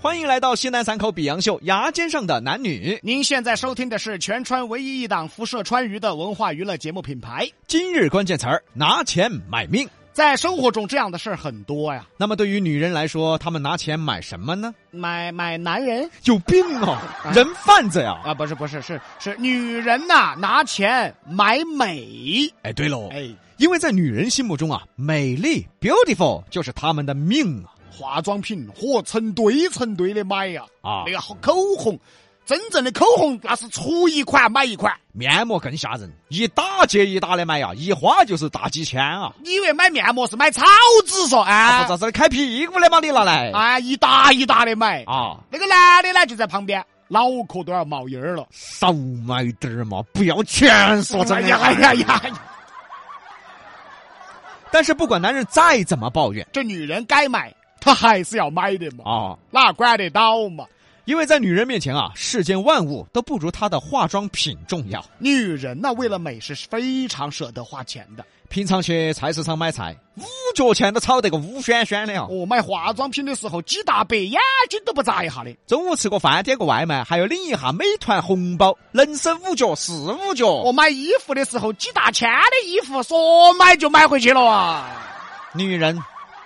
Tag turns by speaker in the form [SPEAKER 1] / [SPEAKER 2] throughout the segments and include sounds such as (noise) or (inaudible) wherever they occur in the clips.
[SPEAKER 1] 欢迎来到西南三口比洋秀《牙尖上的男女》。
[SPEAKER 2] 您现在收听的是全川唯一一档辐射川渝的文化娱乐节目品牌。
[SPEAKER 1] 今日关键词儿：拿钱买命。
[SPEAKER 2] 在生活中，这样的事儿很多呀。
[SPEAKER 1] 那么对于女人来说，她们拿钱买什么呢？
[SPEAKER 2] 买买男人
[SPEAKER 1] 有病哦，人贩子呀！
[SPEAKER 2] 啊，不是不是，是是女人呐、拿钱买美。
[SPEAKER 1] 哎，对喽，
[SPEAKER 2] 哎，
[SPEAKER 1] 因为在女人心目中啊，美丽 beautiful 就是她们的命啊
[SPEAKER 2] 化妆品，嚯，成堆成堆的买呀、
[SPEAKER 1] 啊
[SPEAKER 2] 那！个好口红，真正的口红那是出一款买一款。
[SPEAKER 1] 面膜更吓人，一打接一打的买呀，一花就是大几千啊！
[SPEAKER 2] 你以为买面膜是买草纸嗦？
[SPEAKER 1] 啊
[SPEAKER 2] 啊
[SPEAKER 1] 咋子开屁股的嘛？你拿来
[SPEAKER 2] 啊，一沓一沓的买。
[SPEAKER 1] 啊！
[SPEAKER 2] 那个男的呢，就在旁边，脑壳都要冒烟儿了。
[SPEAKER 1] 少买点儿嘛，不要全说真
[SPEAKER 2] 哎
[SPEAKER 1] 的。
[SPEAKER 2] 呀哎呀呀！呀
[SPEAKER 1] (laughs) 但是不管男人再怎么抱怨
[SPEAKER 2] 这女人该买，她还是要买的嘛，
[SPEAKER 1] 啊，
[SPEAKER 2] 哪管得到嘛？
[SPEAKER 1] 因为在女人面前啊，世间万物都不如她的化妆品重要。
[SPEAKER 2] 女人呐、为了美是非常舍得花钱的。
[SPEAKER 1] 平常去菜市场买菜，五角钱都炒得个乌轩轩的哦。
[SPEAKER 2] 哦，买化妆品的时候，几大白眼睛都不眨一下的。
[SPEAKER 1] 中午吃个饭，点个外卖，还要领一下美团红包，能省五角是五
[SPEAKER 2] 我
[SPEAKER 1] 角。
[SPEAKER 2] 买衣服的时候，几大千的衣服，说买就买回去了啊，
[SPEAKER 1] 女人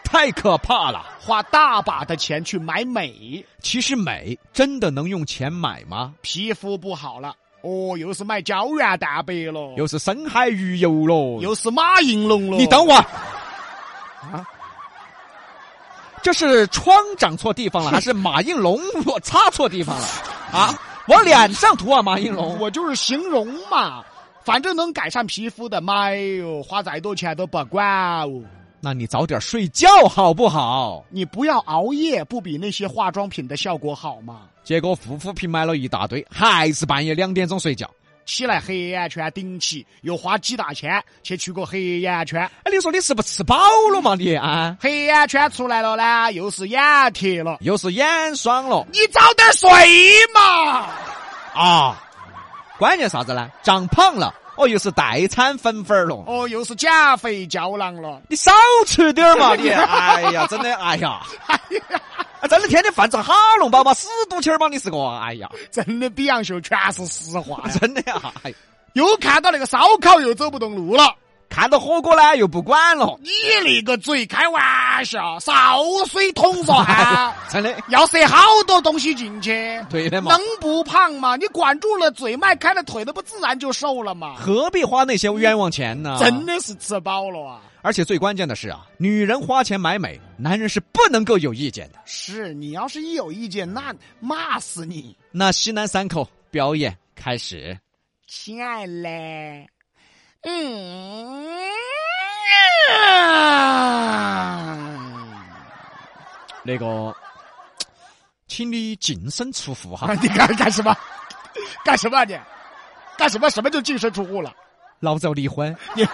[SPEAKER 1] 太可怕了。
[SPEAKER 2] 花大把的钱去买美。
[SPEAKER 1] 其实美真的能用钱买吗？
[SPEAKER 2] 皮肤不好了，哦，又是买胶原蛋白了，
[SPEAKER 1] 又是深海鱼油喽，
[SPEAKER 2] 又是马应龙了。
[SPEAKER 1] 你等我
[SPEAKER 2] 啊！
[SPEAKER 1] 这是疮长错地方了，还是马应龙我插错地方了？啊，往脸上涂啊，马应龙！
[SPEAKER 2] 我就是形容嘛，反正能改善皮肤的，妈哟，花再多钱都不管哦。
[SPEAKER 1] 那你早点睡觉好不好？
[SPEAKER 2] 你不要熬夜，不比那些化妆品的效果好吗？
[SPEAKER 1] 结果护肤品买了一大堆，还是半夜两点钟睡觉。
[SPEAKER 2] 起来黑眼圈顶起，又花几大千去取个黑眼圈，
[SPEAKER 1] 哎，你说你是不吃饱了嘛你啊？
[SPEAKER 2] 黑眼圈出来了呢，又是眼贴了。
[SPEAKER 1] 又是眼霜了
[SPEAKER 2] 你早点睡嘛！
[SPEAKER 1] 啊！关键啥子呢？长胖了，哦，又是代餐粉粉儿了。
[SPEAKER 2] 哦，又是减肥胶囊了。
[SPEAKER 1] 你少吃点儿嘛你！ (laughs) 哎呀，真的，哎呀，啊 (laughs) 真的天天犯着哈龙宝嘛，死肚气儿嘛，你是个，哎 (laughs) 呀，
[SPEAKER 2] 真的，比杨秀全是实话呀。
[SPEAKER 1] 真的呀、哎呀，
[SPEAKER 2] 又看到那个烧烤又走不动路了，
[SPEAKER 1] 看到火锅呢又不管了，
[SPEAKER 2] 你那个嘴开玩笑，潲水桶嗦啊！
[SPEAKER 1] (laughs) 真的，
[SPEAKER 2] 要塞好多东西进去，
[SPEAKER 1] 对的嘛
[SPEAKER 2] 能，不胖吗？你管住了嘴，迈开了腿，那不自然就瘦了吗？
[SPEAKER 1] 何必花那些冤枉钱呢？
[SPEAKER 2] 真，的是吃饱了啊！
[SPEAKER 1] 而且最关键的是啊，女人花钱买美，男人是不能够有意见的。
[SPEAKER 2] 是你要是一有意见，那骂死你！
[SPEAKER 1] 那西南三口表演开始，
[SPEAKER 2] 亲爱嘞，嗯。
[SPEAKER 1] 那个，请你净身出户哈
[SPEAKER 2] 啊，，你干干什么？干什么、啊、你？干什么？什么就净身出户了？
[SPEAKER 1] 老子要离婚，
[SPEAKER 2] 哎
[SPEAKER 1] 你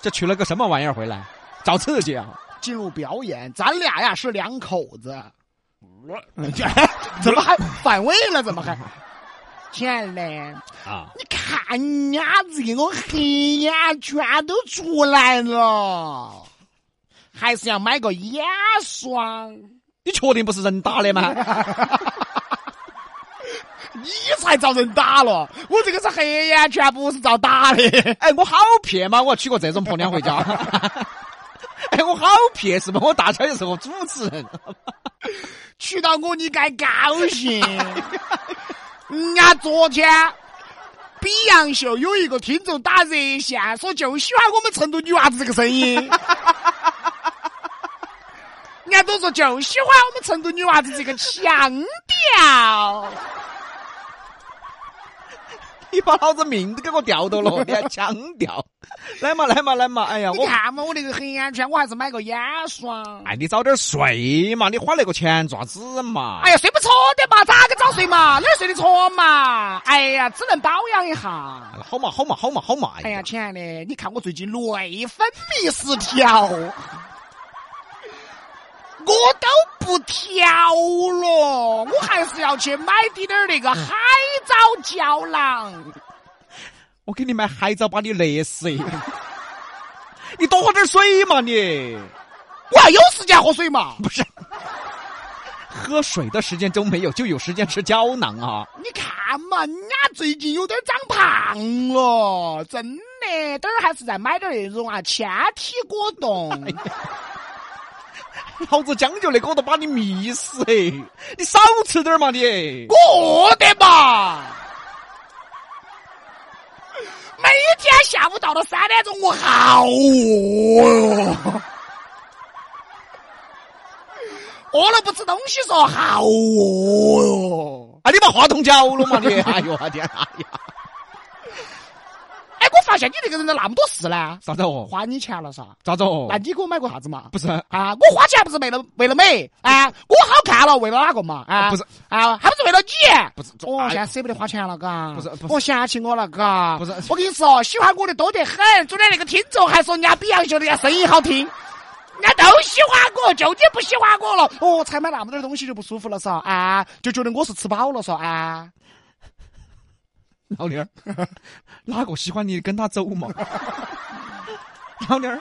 [SPEAKER 1] 这娶了个什么玩意儿回来，找刺激啊！
[SPEAKER 2] 进入表演，咱俩呀是两口子。 (laughs) 哎怎么还反胃了？怎么还？亲爱的，
[SPEAKER 1] 啊，
[SPEAKER 2] 你看人家这个黑眼圈都出来了，还是要买个眼霜。
[SPEAKER 1] 你确定不是人打的吗？
[SPEAKER 2] 哎你才遭人打了，我这个是黑眼圈，不是遭打的。
[SPEAKER 1] 哎，我好撇嘛，我要娶个这种婆娘回家。
[SPEAKER 2] (laughs)
[SPEAKER 1] 哎，我好撇是吧？我大小也是个主持人。
[SPEAKER 2] 娶到我你该高兴。人家昨天比洋秀有一个听众打热线说就喜欢我们成都女娃子这个声音，人家都说就喜欢我们成都女娃子这个腔调。
[SPEAKER 1] 你把老子命都给我调到了，你还强调？来嘛来嘛来嘛！哎呀，
[SPEAKER 2] 你
[SPEAKER 1] 我
[SPEAKER 2] 看嘛，我那个很安全，我还是买个眼霜。
[SPEAKER 1] 哎，你早点睡嘛，你花那个钱做啥子嘛？
[SPEAKER 2] 哎呀，睡不着的嘛，咋个早睡嘛？哪儿睡得着嘛？哎呀，只能保养一下。
[SPEAKER 1] 哎，好嘛好嘛好嘛好嘛！
[SPEAKER 2] 哎呀，，亲爱的，你看我最近内分泌失调，我都不调了，我还是要去买滴点儿那个海藻胶囊。
[SPEAKER 1] 我给你买海藻把你累死， (laughs) 你多喝点水嘛你。
[SPEAKER 2] 我还有时间喝水嘛？
[SPEAKER 1] 不是，喝水的时间都没有，就有时间吃胶囊啊！
[SPEAKER 2] 你看嘛，人家最近有点长胖了，真的。等儿还是再买点儿那种啊纤体果冻。
[SPEAKER 1] 老子将就那个都把你迷死哎！你少吃点嘛你！
[SPEAKER 2] 我饿的嘛。每天下午到了三点钟，我好饿哟、饿了不吃东西说好饿哟、
[SPEAKER 1] 啊，你把话筒嚼了嘛你！哎呦我天！哎呀，
[SPEAKER 2] 哎，我发现你这个人咋那么多事呢？
[SPEAKER 1] 啥子
[SPEAKER 2] (laughs)
[SPEAKER 1] 哦？
[SPEAKER 2] 花你钱了噻？
[SPEAKER 1] 咋子哦
[SPEAKER 2] 那？你给我买过啥子嘛？
[SPEAKER 1] 不是，
[SPEAKER 2] 啊，我花钱不是为了为了美，啊，我好看了为了哪个嘛？啊，
[SPEAKER 1] 啊不是，
[SPEAKER 2] 啊，还不是为了你？
[SPEAKER 1] 不是
[SPEAKER 2] 哦，
[SPEAKER 1] 哎
[SPEAKER 2] 现在舍不得花钱了，嘎。
[SPEAKER 1] 不是不是
[SPEAKER 2] 我嫌弃我了，嘎。
[SPEAKER 1] 不是
[SPEAKER 2] 我跟你说，喜欢我的多得很。昨天那个听众还说人家比杨秀的人家声音好听， (laughs) 人家都喜欢我，就你不喜欢我了。哦，才买那么点东西就不舒服了嗦，啊，就觉得我是吃饱了嗦，啊。
[SPEAKER 1] 老李儿， (laughs) 哪个喜欢你跟他走嘛？老李儿，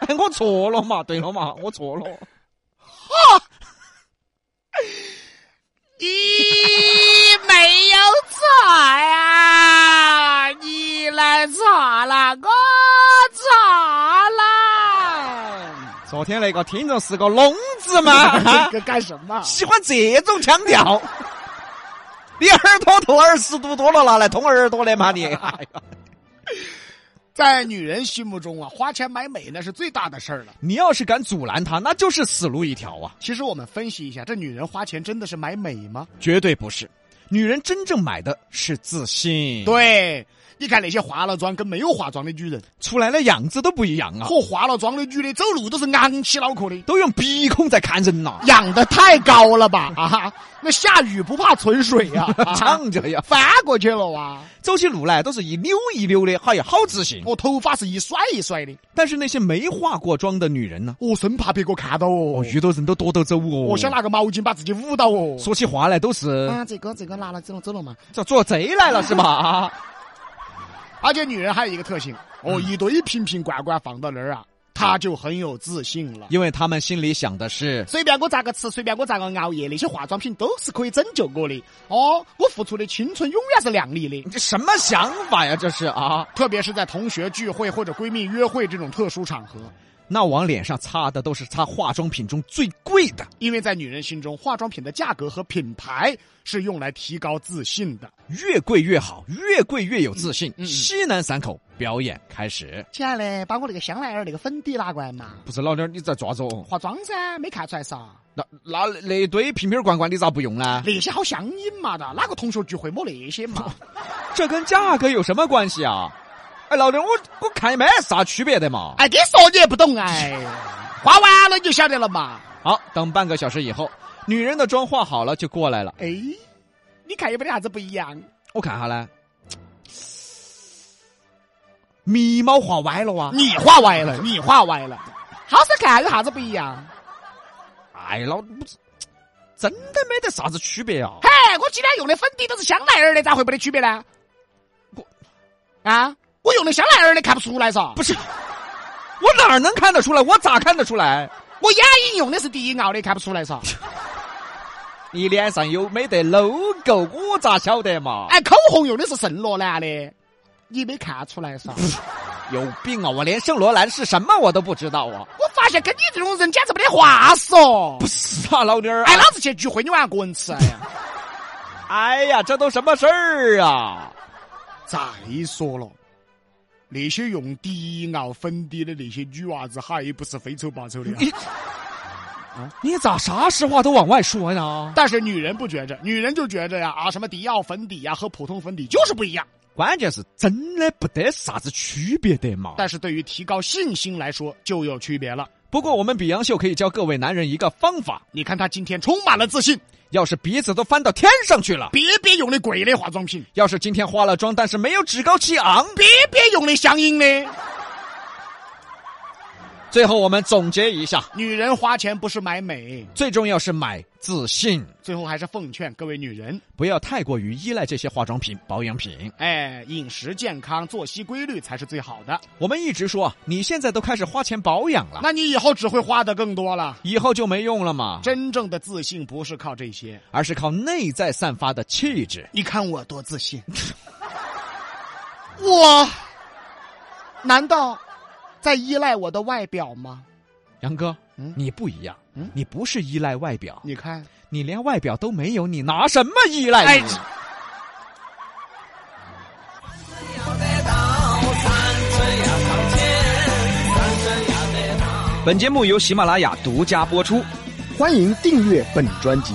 [SPEAKER 1] 哎，我错了嘛？对了嘛？我错了。
[SPEAKER 2] 你没有错呀，你来错了，我错了。
[SPEAKER 1] 昨天那个听众是个聋子嘛？啊
[SPEAKER 2] (laughs) 这个干什么？
[SPEAKER 1] 喜欢这种腔调。 (laughs) 你耳朵痛耳屎堵多了，拿来通耳朵的嘛
[SPEAKER 2] (laughs)
[SPEAKER 1] 你？哎呀，
[SPEAKER 2] (laughs) 在女人心目中啊，花钱买美那是最大的事儿了。
[SPEAKER 1] 你要是敢阻拦他，那就是死路一条啊！
[SPEAKER 2] 其实我们分析一下，这女人花钱真的是买美吗？
[SPEAKER 1] 绝对不是，女人真正买的是自信，，
[SPEAKER 2] 嗯对，你看那些化了妆跟没有化妆的女人，
[SPEAKER 1] 出来的样子都不一样啊，
[SPEAKER 2] 和化了妆的女的走路都是昂起脑壳的，
[SPEAKER 1] 都用鼻孔在看人呐、
[SPEAKER 2] 养的太高了吧？啊，那下雨不怕存水呀、 (laughs) 啊 (laughs)
[SPEAKER 1] 唱着呀，
[SPEAKER 2] 翻过去了哇、
[SPEAKER 1] 走起路来都是一溜一溜的，哎呀，好自信。
[SPEAKER 2] 我头发是一甩一甩的，
[SPEAKER 1] 但是那些没化过妆的女人呢，
[SPEAKER 2] 我哦生怕别个看到哦
[SPEAKER 1] 哦，遇到人都躲到走哦，
[SPEAKER 2] 我想拿个毛巾把自己捂到哦。
[SPEAKER 1] 说起话来都是
[SPEAKER 2] 啊，这个这个拿了走了走了嘛。
[SPEAKER 1] 这做贼来了是
[SPEAKER 2] (laughs)
[SPEAKER 1] 吧？啊。
[SPEAKER 2] 而且啊女人还有一个特性，哦，一堆瓶瓶罐罐放到那儿啊，她就很有自信了。
[SPEAKER 1] 因为他们心里想的是，
[SPEAKER 2] 随便我咋个吃，随便我咋个熬夜，那些化妆品都是可以拯救我的。哦，我付出的青春永远是靓丽的。
[SPEAKER 1] 你这什么想法呀？这是啊，
[SPEAKER 2] 特别是在同学聚会或者闺蜜约会这种特殊场合，
[SPEAKER 1] 那往脸上擦的都是擦化妆品中最贵的，
[SPEAKER 2] 因为在女人心中，化妆品的价格和品牌是用来提高自信的。
[SPEAKER 1] 越贵越好，越贵越有自信。
[SPEAKER 2] 嗯
[SPEAKER 1] 西南散口表演开始，
[SPEAKER 2] 亲爱的，把我那个香奈儿那个粉底拿过来嘛。
[SPEAKER 1] 不是老娘你在抓着？
[SPEAKER 2] 化妆噻，没看出来啥。
[SPEAKER 1] 那那那堆瓶瓶罐罐你咋不用呢？
[SPEAKER 2] 那些好乡音嘛的，哪个同学聚会抹那些嘛？
[SPEAKER 1] 这跟价格有什么关系啊？哎，老娘我我看也没啥区别的嘛。
[SPEAKER 2] (laughs) 哎，你说你也不懂哎， (laughs) 花完了你就晓得了嘛。
[SPEAKER 1] 好，等半个小时以后，女人的妆化好了就过来了，
[SPEAKER 2] 哎，你看有没得啥子不一样？
[SPEAKER 1] 我看下呢，眉毛画歪了啊！
[SPEAKER 2] 你画歪了，你画歪了，好生看有啥子不一样？
[SPEAKER 1] 哎，老不是，真的没得啥子区别啊！
[SPEAKER 2] 嘿，我今天用的粉底都是香奈儿的，咋会没得区别呢？
[SPEAKER 1] 我
[SPEAKER 2] 啊，我用的香奈儿的看不出来嗦，
[SPEAKER 1] 不是，我哪能看得出来？我咋看得出来？
[SPEAKER 2] 我眼影用的是迪奥的，看不出来嗦。
[SPEAKER 1] 你脸上又没得 logo，我咋晓得嘛？
[SPEAKER 2] (laughs) 哎，口红用的是圣罗兰的，你没看出来嗦？
[SPEAKER 1] 有病啊！我连圣罗兰是什么我都不知道啊！
[SPEAKER 2] 我发现跟你这种人简直没得话说。
[SPEAKER 1] 不是啊，老妞儿，
[SPEAKER 2] 哎，老子去聚会，你晚上个人吃哎呀！
[SPEAKER 1] 哎呀，这都什么事儿啊？
[SPEAKER 2] (laughs) 再说了，那些用迪奥粉底的那些女娃子，还不是非丑八丑的 (laughs) 啊、
[SPEAKER 1] 你你咋啥实话都往外说呢？
[SPEAKER 2] 但是女人不觉着，女人就觉着呀啊，什么迪奥粉底呀、和普通粉底就是不一样。
[SPEAKER 1] 关键是真的不得啥子区别的嘛。
[SPEAKER 2] 但是对于提高信心来说就有区别了。
[SPEAKER 1] 不过我们比洋秀可以教各位男人一个方法，
[SPEAKER 2] 你看他今天充满了自信，
[SPEAKER 1] 要是鼻子都翻到天上去了，
[SPEAKER 2] 别别用的贵的化妆品，
[SPEAKER 1] 要是今天化了妆但是没有趾高气昂，
[SPEAKER 2] 别别用的香烟的。
[SPEAKER 1] 最后我们总结一下，
[SPEAKER 2] 女人花钱不是买美，
[SPEAKER 1] 最重要是买自信，
[SPEAKER 2] 最后还是奉劝各位女人，
[SPEAKER 1] 不要太过于依赖这些化妆品、保养品。
[SPEAKER 2] 哎，饮食健康、作息规律才是最好的。
[SPEAKER 1] 我们一直说，你现在都开始花钱保养了，
[SPEAKER 2] 那你以后只会花的更多了。
[SPEAKER 1] 以后就没用了嘛，
[SPEAKER 2] 真正的自信不是靠这些。
[SPEAKER 1] 而是靠内在散发的气质。
[SPEAKER 2] 你看我多自信，我难道在依赖我的外表吗？
[SPEAKER 1] 杨哥，
[SPEAKER 2] 嗯
[SPEAKER 1] 你不一样，
[SPEAKER 2] 嗯
[SPEAKER 1] 你不是依赖外表，
[SPEAKER 2] 你看，
[SPEAKER 1] 你连外表都没有，你拿什么依赖
[SPEAKER 2] 哎
[SPEAKER 1] 你？本节目由喜马拉雅独家播出。
[SPEAKER 3] 欢迎订阅本专辑，